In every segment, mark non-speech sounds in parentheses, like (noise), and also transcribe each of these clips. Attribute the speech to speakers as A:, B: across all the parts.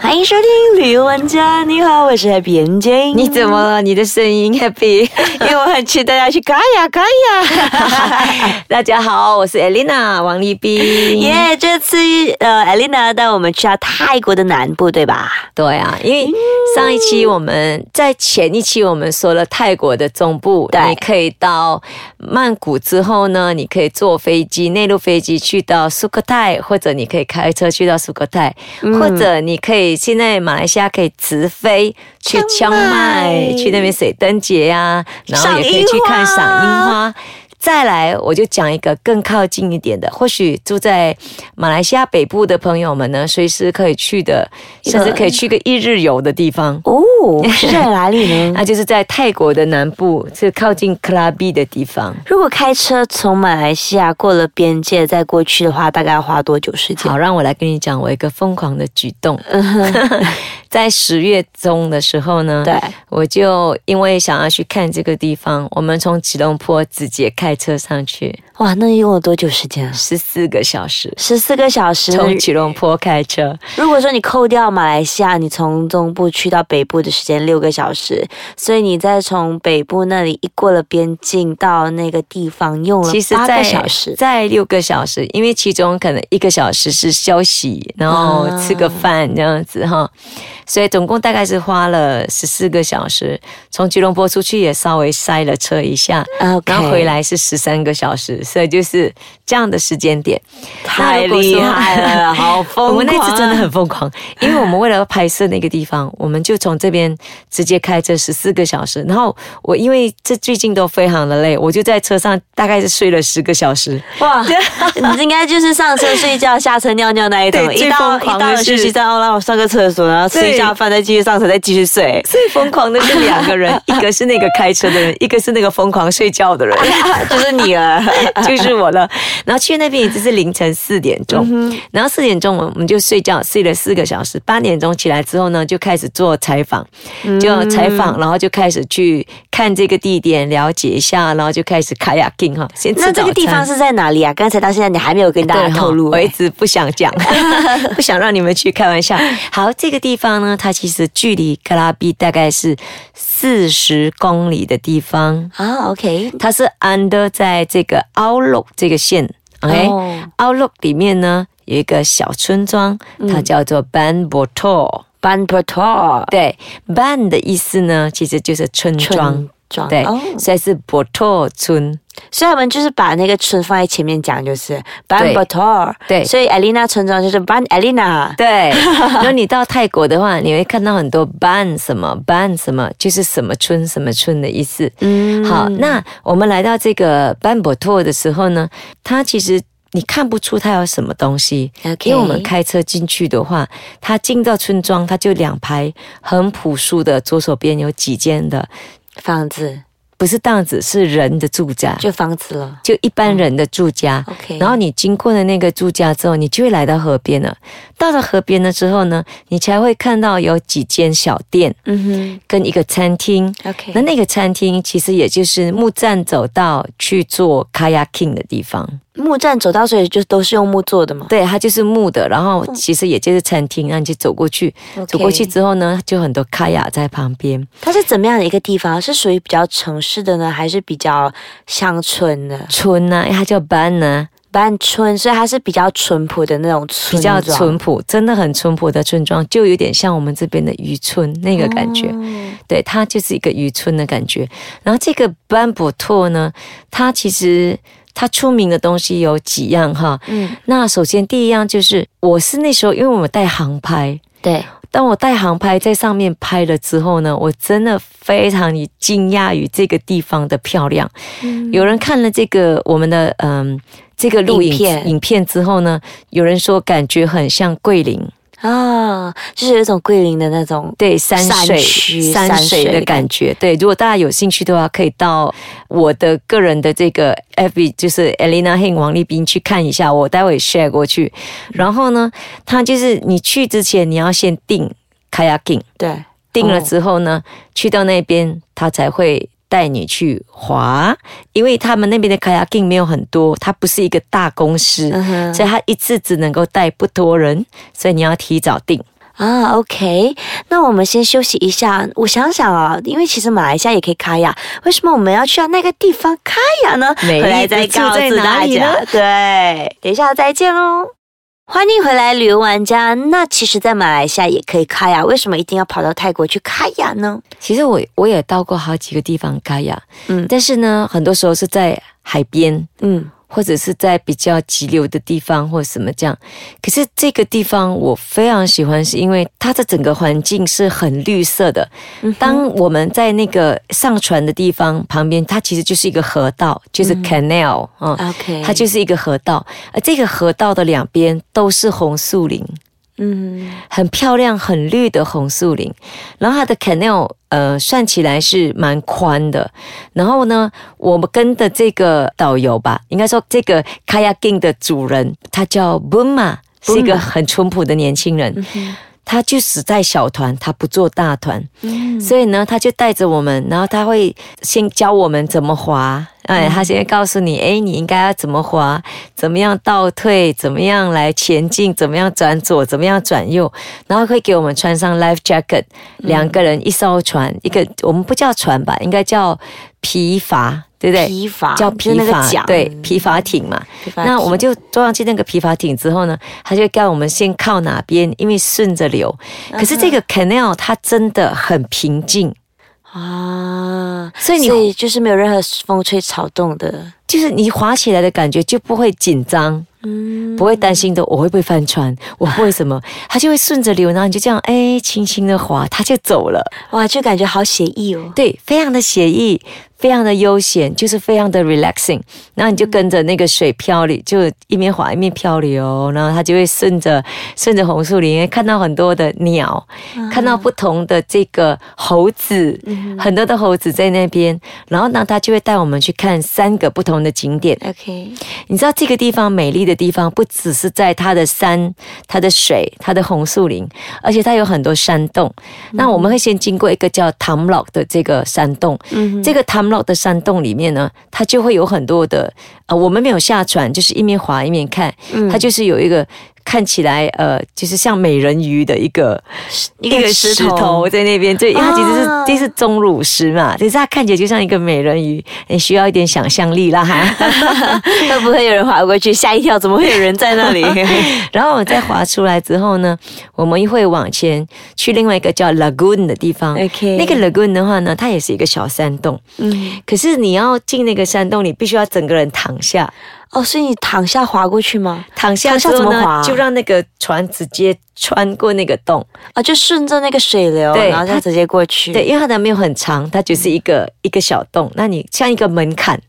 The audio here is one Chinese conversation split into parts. A: 欢迎收听旅游玩家，你好，我是 Happy 眼睛。
B: 你怎么了？你的声音
A: (laughs)
B: happy，因为我很期待要去嘎呀嘎呀。大家好，我是 Elena 王立
A: (laughs)
B: 斌。
A: 耶这次呃，Elena 带我们去到泰国的南部，对吧？
B: 对啊，因为上一期我们在前一期我们说了泰国的中部，
A: 对
B: 你可以到曼谷之后呢，你可以坐飞机内陆飞机去到苏克泰，或者你可以开车去到苏克泰，
A: 嗯
B: 或者你可以现在马来西亚可以直飞去
A: 清
B: 清
A: 迈
B: 迈，去那边水灯节啊，然后也可以去看赏樱花。再来，我就讲一个更靠近一点的，或许住在马来西亚北部的朋友们呢，随时可以去的，甚至可以去个一日游的地方。
A: 哦，是在哪里呢？
B: 那就是在泰国的南部，是靠近克拉比的地方。
A: (laughs) 如果开车从马来西亚过了边界再过去的话，大概要花多久时间
B: 好，？让我来跟你讲我一个疯狂的举动。 (laughs) 在十月中的时候呢，
A: 对，
B: 我就因为想要去看这个地方，我们从吉隆坡直接开车上去，
A: 哇，那用了多久时间啊？
B: 十四个小时，
A: 十四个小时。
B: 从吉隆坡开车。
A: 如果说你扣掉马来西亚，你从中部去到北部的时间六个小时，所以你再从北部那里一过了边境到那个地方，用了
B: 其实
A: 八
B: 在
A: 个小时。
B: 在六个小时，因为其中可能一个小时是休息，然后吃个饭这样子哈，所以总共大概是花了十四个小时。从吉隆坡出去也稍微塞了车一下
A: OK
B: 然后 (laughs) 回来是十三个小时，所以就是这样的时间点。
A: 太
B: 那如果说
A: 厉害了好疯狂啊
B: (laughs) 我们那次真的很疯狂，因为我们为了拍摄那个地方，我们就从这边直接开车十四个小时。然后我因为这最近都非常的累，我就在车上大概是睡了十个小时。
A: 哇，你应该就是上车睡觉，下车尿尿那一种。
B: 对
A: 一
B: 最
A: 到
B: 疯
A: 一
B: 狂
A: 到
B: 的
A: 了
B: 是
A: 休息站，哦，让我上个厕所，然后吃一
B: 对
A: 下饭，再继续上车，再继续睡。 (laughs)
B: 最疯狂的是两个 (laughs) 人，一个是那个开车的人，一个是那个疯狂睡觉的人，
A: 就是你了， (laughs)
B: (laughs) 就是我了。然后去那边已经是凌晨四点钟，
A: 嗯
B: 然后四点钟我们就睡觉，睡了四个小时。八点钟起来之后呢，就开始做采访，
A: 嗯
B: 就采访，然后就开始去看这个地点，了解一下，然后就开始 kayaking 哈。先吃
A: 那这个
B: 早餐
A: 地方。是在哪里啊？刚才到现在你还没有跟大哎
B: 对
A: 家
B: 哈
A: 透露、
B: 我一直不想
A: (laughs)
B: 讲，不想让你们去开玩笑。好，这个地方呢，它其实距离克拉比大概是四十公里的地方，
A: 啊，OK，
B: 它是 under 在这个 Outlook 这个县，OK，Outlook、
A: 哦嗯
B: Outlook 里面呢有一个小村庄，它叫做 Ban Botor、
A: 班普托
B: 对，Ban 的意思呢，其实就是村庄
A: 村。庄
B: 对
A: 哦，
B: 所以是 Botor 村，
A: 所以我们就是把那个村放在前面讲，就是班
B: 对
A: 普托
B: 对
A: 所以 Elena 村庄就是班 Elena。
B: 对。
A: (laughs)
B: 然后你到泰国的话，你会看到很多 Ban 什么 Ban 什么，就是什么村什么村的意思。
A: 嗯
B: 好，那我们来到这个班博托的时候呢，它其实你看不出它有什么东西
A: OK
B: 因为我们开车进去的话，它进到村庄，它就两排很朴素的，左手边有几间的，
A: 房子
B: 不是档子，是人的住家，
A: 就房子了。
B: 就一般人的住家。
A: OK，
B: 然后你经过了那个住家之后，你就会来到河边了。到了河边了之后呢，你才会看到有几间小店
A: 嗯
B: 跟一个餐厅。
A: 哼，OK，
B: 那那个餐厅其实也就是木栈走道去做 kayaking 的地方，
A: 木栈走道，所以就都是用木做的嘛。
B: 对，它就是木的，然后其实也就是餐厅，让你去走过去。走过去
A: OK
B: 之后呢，就很多 kayak 在旁边。
A: 它是怎么样的一个地方？是属于比较城市的呢，还是比较乡村的？
B: 村呢、啊它叫 ban 呢、
A: 半村，所以它是比较淳朴的那种
B: 比
A: 村
B: 较
A: 庄，
B: 淳朴，真的很淳朴的村庄，就有点像我们这边的渔村那个感觉。
A: 嗯
B: 对，它就是一个渔村的感觉。然后这个班博托呢，它其实它出名的东西有几样哈。
A: 嗯，
B: 那首先第一样就是，我是那时候因为我带航拍，
A: 对，
B: 当我带航拍在上面拍了之后呢，我真的非常以惊讶于这个地方的漂亮。有人看了这个我们的嗯这个录影
A: 影片
B: 影片之后呢，有人说感觉很像桂林。
A: 啊，就是有一种桂林的那种
B: 对山
A: 山
B: 水
A: 区
B: 山
A: 山水
B: 水的
A: 的
B: 感觉。对，如果大家有兴趣的话，可以到我的个人的这个 FB，就是 Elena h i n 王立斌去看一下，我待会 share 过去。然后呢，它就是你去之前你要先订 kayaking，
A: 对。哦
B: 订了之后呢，去到那边它才会带你去滑，因为他们那边的 kayaking 没有很多，它不是一个大公司，
A: 嗯哼
B: 所以它一次只能够带不多人，所以你要提早订。
A: 啊，OK，那我们先休息一下。我想想啊，因为其实马来西亚也可以开呀，为什么我们要去到那个地方开呀呢？
B: 美
A: 回来
B: 丽
A: 再
B: 之处
A: 告
B: 在
A: 诉
B: 哪
A: 大
B: 里
A: 家
B: 呢。
A: 对，等一下再见喽。欢迎回来，旅游玩家。那其实，在马来西亚也可以开呀，为什么一定要跑到泰国去开呀呢？
B: 其实我我也到过好几个地方 kaya，
A: 嗯
B: 但是呢，很多时候是在海边，
A: 嗯
B: 或者是在比较急流的地方或者什么这样。可是这个地方我非常喜欢，是因为它的整个环境是很绿色的。当我们在那个上船的地方旁边，它其实就是一个河道，就是 canal 啊、
A: ，OK，
B: 它就是一个河道，而这个河道的两边都是红树林。
A: 嗯
B: 很漂亮、很绿的红树林，然后它的 canal 呃算起来是蛮宽的。然后呢，我们跟的这个导游吧，应该说这个 kayaking 的主人，他叫 Buma，是一个很淳朴的年轻人。他就只在小团，他不做大团，
A: 嗯
B: 所以呢，他就带着我们，然后他会先教我们怎么滑，
A: 嗯
B: 哎，他先告诉你，哎，你应该要怎么滑，怎么样倒退，怎么样来前进，怎么样转左，怎么样转右，然后会给我们穿上 life jacket，两
A: 嗯
B: 个人一艘船，一个我们不叫船吧，应该叫皮筏，对不对？
A: 皮筏
B: 叫
A: 就
B: 皮
A: 是那个
B: 筏，
A: 桨
B: 对，皮筏艇嘛。
A: 皮筏
B: 那我
A: 艇
B: 们就坐上去那个皮筏艇之后呢，他就叫我们先靠哪边，因为顺着流。可是这个 canal 它真的很平静，
A: 啊，
B: 所以你
A: 所以就是没有任何风吹草动的，
B: 就是你滑起来的感觉就不会紧张，
A: 嗯
B: 不会担心的，我会不会翻船，我不会什么，它就会顺着流，然后你就这样哎，轻轻的滑，它就走了。
A: 哇，就感觉好写意哦。
B: 对，非常的写意，非常的悠闲，就是非常的 relaxing。然后你就跟着那个水漂流，就一面滑一面漂流，然后它就会顺着顺着红树林看到很多的鸟，看到不同的这个猴子，很多的猴子在那边。然后呢，它就会带我们去看三个不同的景点。
A: OK，
B: 你知道这个地方美丽的地方，不只是在它的山、它的水、它的红树林，而且它有很多山洞。那我们会先经过一个叫 Tamlok 的这个山洞，
A: 嗯
B: 这个 Tamlok 的山洞里面呢，它就会有很多的呃，我们没有下船，就是一面滑一面看，
A: 嗯
B: 它就是有一个。看起来，呃，就是像美人鱼的一个
A: 一个石头
B: 在那边，对，因为它其实是、
A: 啊
B: 这是钟乳石嘛，只是它看起来就像一个美人鱼，你需要一点想象力
A: (laughs)
B: 啦哈。
A: 会不会有人划过去？吓一跳，怎么会有人在那里？
B: (laughs) 然后我们再滑出来之后呢，我们会往前去另外一个叫 lagoon 的地方。
A: (laughs) OK
B: 那个 lagoon 的话呢，它也是一个小山洞，
A: 嗯，
B: 可是你要进那个山洞，你必须要整个人躺下，
A: 哦，所以你躺下划过去吗？
B: 躺下
A: 躺
B: 之
A: 下
B: 后
A: 怎么
B: 呢，
A: 滑
B: 就让那个船直接穿过那个洞。
A: 啊，就顺着那个水流，
B: 对
A: 然后再
B: 它
A: 直接过去。嗯
B: 对，因为它的没有很长，它就是一个、一个小洞，那你像一个门槛，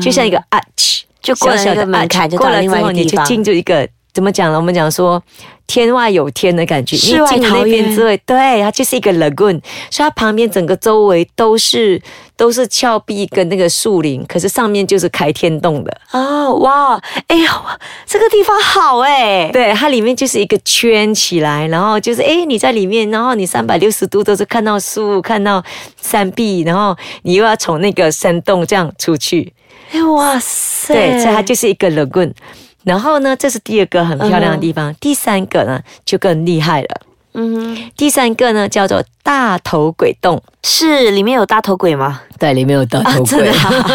B: 就像一个 arch，、
A: 就过了
B: 小小的
A: 那个门槛
B: arch，
A: 就到
B: 过了
A: 另外一个
B: 之后你
A: 地
B: 就
A: 方
B: 进入一个。怎么讲呢？我们讲说天外有天的感觉，
A: 世
B: 因为
A: 外
B: 进了
A: 桃
B: 那边
A: 源
B: 之后，对，它就是一个 lagoon，所以它旁边整个周围都是都是峭壁跟那个树林，可是上面就是开天洞的。
A: 哦，哇，哎呀，这个地方好哎。
B: 对，它里面就是一个圈起来，然后就是诶，你在里面，然后你三百六十度都是看到树，看到山壁，然后你又要从那个山洞这样出去，
A: 哎，哇塞。
B: 对，所以它就是一个 lagoon。然后呢，这是第二个很漂亮的地方，第三个呢就更厉害了。
A: 嗯，
B: 第三个呢叫做大头鬼洞，
A: 是里面有大头鬼吗？
B: 对，里面有大
A: 头鬼
B: 啊 (laughs)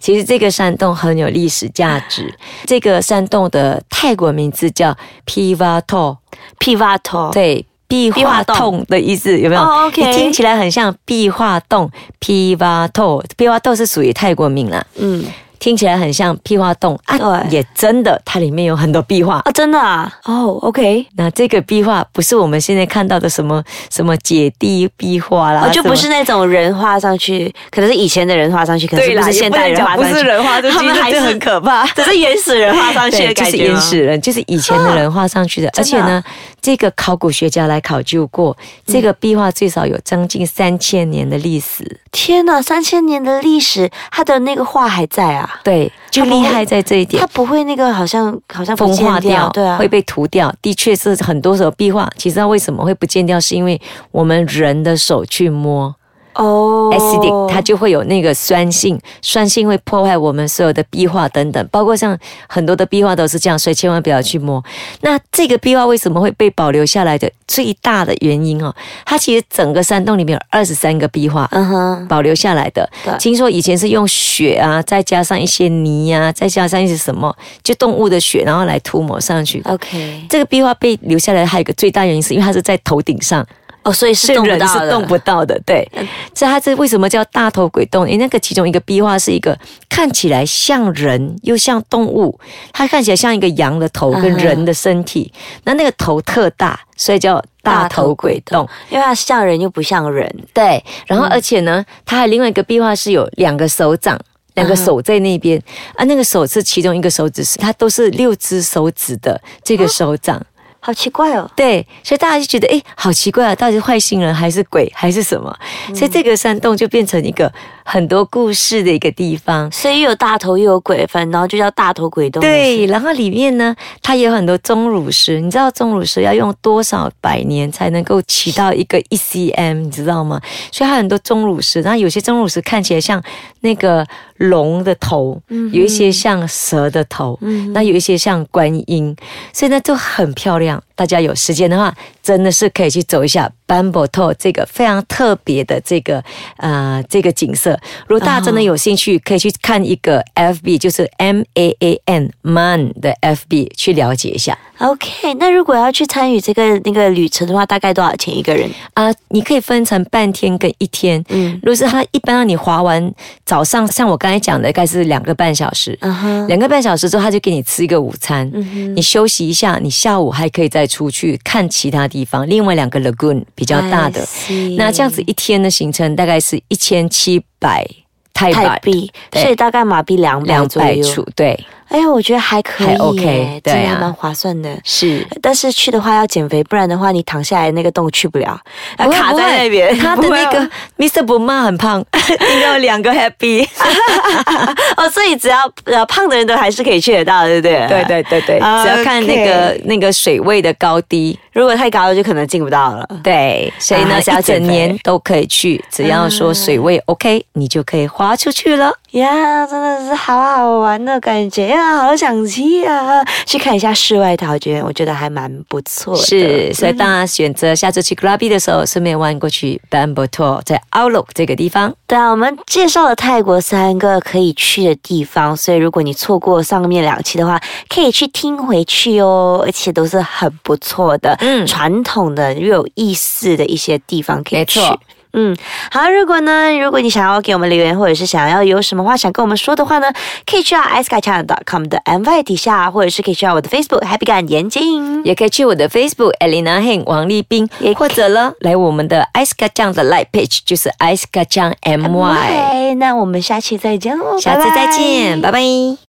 B: 其实这个山洞很有历史价值，这个山洞的泰国名字叫 Pivato。
A: 屁蛙头。，
B: 对。壁
A: 壁画
B: 画洞的意思有没有？
A: 哦，OK
B: 你听起来很像壁画洞 p i v a t o p i v a t o 是属于泰国名啦，
A: 嗯，
B: 听起来很像壁画洞啊，
A: 对
B: 也真的，它里面有很多壁画。
A: 啊，真的啊。哦，OK。
B: 那这个壁画不是我们现在看到的什么什么姐弟壁画啦，
A: 哦，就
B: 什么
A: 不是那种人画上去，可能是以前的人画上去，可能是
B: 对
A: 不是
B: 啦，
A: 现代人画上去，
B: 也不能讲不是人 (laughs) 画上去，
A: 他们还
B: 那
A: 是
B: 就很可 (laughs) 怕。
A: (laughs) 只是原始人画上去
B: 对，
A: 的
B: 就
A: 感
B: 是
A: 觉吗
B: 原始人，就是以前的人画上去的。而嗯且
A: 真的
B: 呢，这个考古学家来考究过，这个壁画最少有将近三千年的历史。
A: 天呐，三千年的历史，它的那个画还在啊，
B: 对，就
A: 它不
B: 厉
A: 会
B: 害在这一点
A: 它。不会那个好像好像不
B: 风
A: 见
B: 化掉，
A: 对啊，
B: 会被涂掉。的确是很多时候壁画，其实它为什么会不见掉，是因为我们人的手去摸，
A: 哦
B: acidic，它就会有那个酸性，酸性会破坏我们所有的壁画等等，包括像很多的壁画都是这样，所以千万不要去摸。那这个壁画为什么会被保留下来的最大的原因哦，它其实整个山洞里面有二十三个壁画。
A: 嗯哼，
B: 保留下来的
A: 对，
B: 听说以前是用雪啊，再加上一些泥啊，再加上一些什么，就动物的血，然后来涂抹上去。
A: OK，
B: 这个壁画被留下来，还有一个最大原因是因为它是在头顶上，
A: 哦，所以是动不
B: 人
A: 到
B: 是
A: 的，嗯
B: 动不到的，对。所以它这为什么叫大头鬼洞？因为那个其中一个壁画是一个看起来像人又像动物，它看起来像一个羊的头跟
A: 嗯哼
B: 人的身体，那那个头特大，所以叫大头鬼洞。
A: 因为它像人又不像人。
B: 对，然后而且呢，它还另外一个壁画是有两个手掌。两个手在那边、啊，那个手是其中一个手指，是它都是六只手指的这个手掌，
A: 好奇怪哦，
B: 对，所以大家就觉得，哎，好奇怪啊，到底是外星人还是鬼还是什么？所以这个山洞就变成一个很多故事的一个地方。
A: 所以又有大头又有鬼，反然后就叫大头鬼洞。
B: 对，，然后里面呢，它也有很多钟乳石。你知道钟乳石要用多少百年才能够起到一个一 cm，你知道吗？所以它很多钟乳石，然后有些钟乳石看起来像那个龙的头，有一些像蛇的头，那有一些像观音，所以呢就很漂亮。大家有时间的话，真的是可以去走一下班博特这个非常特别的这个呃这个景色。如果大家真的有兴趣，可以去看一个 FB，就是 M A A N Man 的 FB 去了解一下。
A: OK，那如果要去参与这个那个旅程的话，大概多少钱一个人？
B: 啊、你可以分成半天跟一天。
A: 嗯
B: 如果是它一般让你划完早上，像我刚才讲的，大概是两个半小时。
A: 嗯哼，嗯
B: 两个半小时之后，他就给你吃一个午餐，你休息一下，你下午还可以再出去看其他地方。另外两个 lagoon 比较大的
A: I，see
B: 那这样子一天的行程大概是一千七百泰
A: 泰
B: 百，
A: 币，
B: 对
A: 所以大概马币两百
B: 两
A: 左
B: 百
A: 右
B: 出。，对，
A: 哎呀，我觉得还可以耶，
B: 还 OK，
A: 真
B: 对
A: 的
B: 啊
A: 还蛮划算的。
B: 是。
A: 但是去的话要减肥，不然的话你躺下来那个洞去不了，要卡在那边。
B: (laughs) 他的呃那个 Mr. 不骂很胖，听到两个 happy，
A: (laughs) 哦，所以只要呃胖的人都还是可以去得到，对不对？
B: (laughs) 对。对对对，
A: 啊
B: 只要看那个
A: OK
B: 那个水位的高低，
A: 如果太高了，就可能进不到了。
B: 对，所以
A: 啊
B: 呢，
A: 还是要
B: 一整
A: 减肥
B: 年都可以去，只要说水位 OK，你就可以滑出去了。
A: 呀，真的是好好玩的感觉呀、好想去啊！去看一下室外桃源，我觉得还蛮不错
B: 嗯
A: 的。
B: 是，所以大家选择下次去 g r a b i 的时候，顺便弯过去 Bambo Tour 在 Outlook 这个地方。
A: 对啊，我们介绍了泰国三个可以去的地方，所以如果你错过上面两期的话，可以去听回去哦，而且都是很不错的，
B: 嗯
A: 传统的又有意思的一些地方可以
B: 没
A: 去
B: 错。
A: 嗯，好，如果呢，如果你想要给我们留言，或者是想要有什么话想跟我们说的话呢，可以去到 i c e c a c h c o m 的 MY 底下，或者是可以去到我的 Facebook Happy 感言经。
B: 也可以去我的 Facebook Elena Heng 王立斌
A: 也，
B: 或者呢来我们的 Ice 咖酱的 Like Page，就是 Ice 咖酱 MY。
A: 那我们下期再见喽，
B: 下次
A: 拜拜
B: 再见，拜拜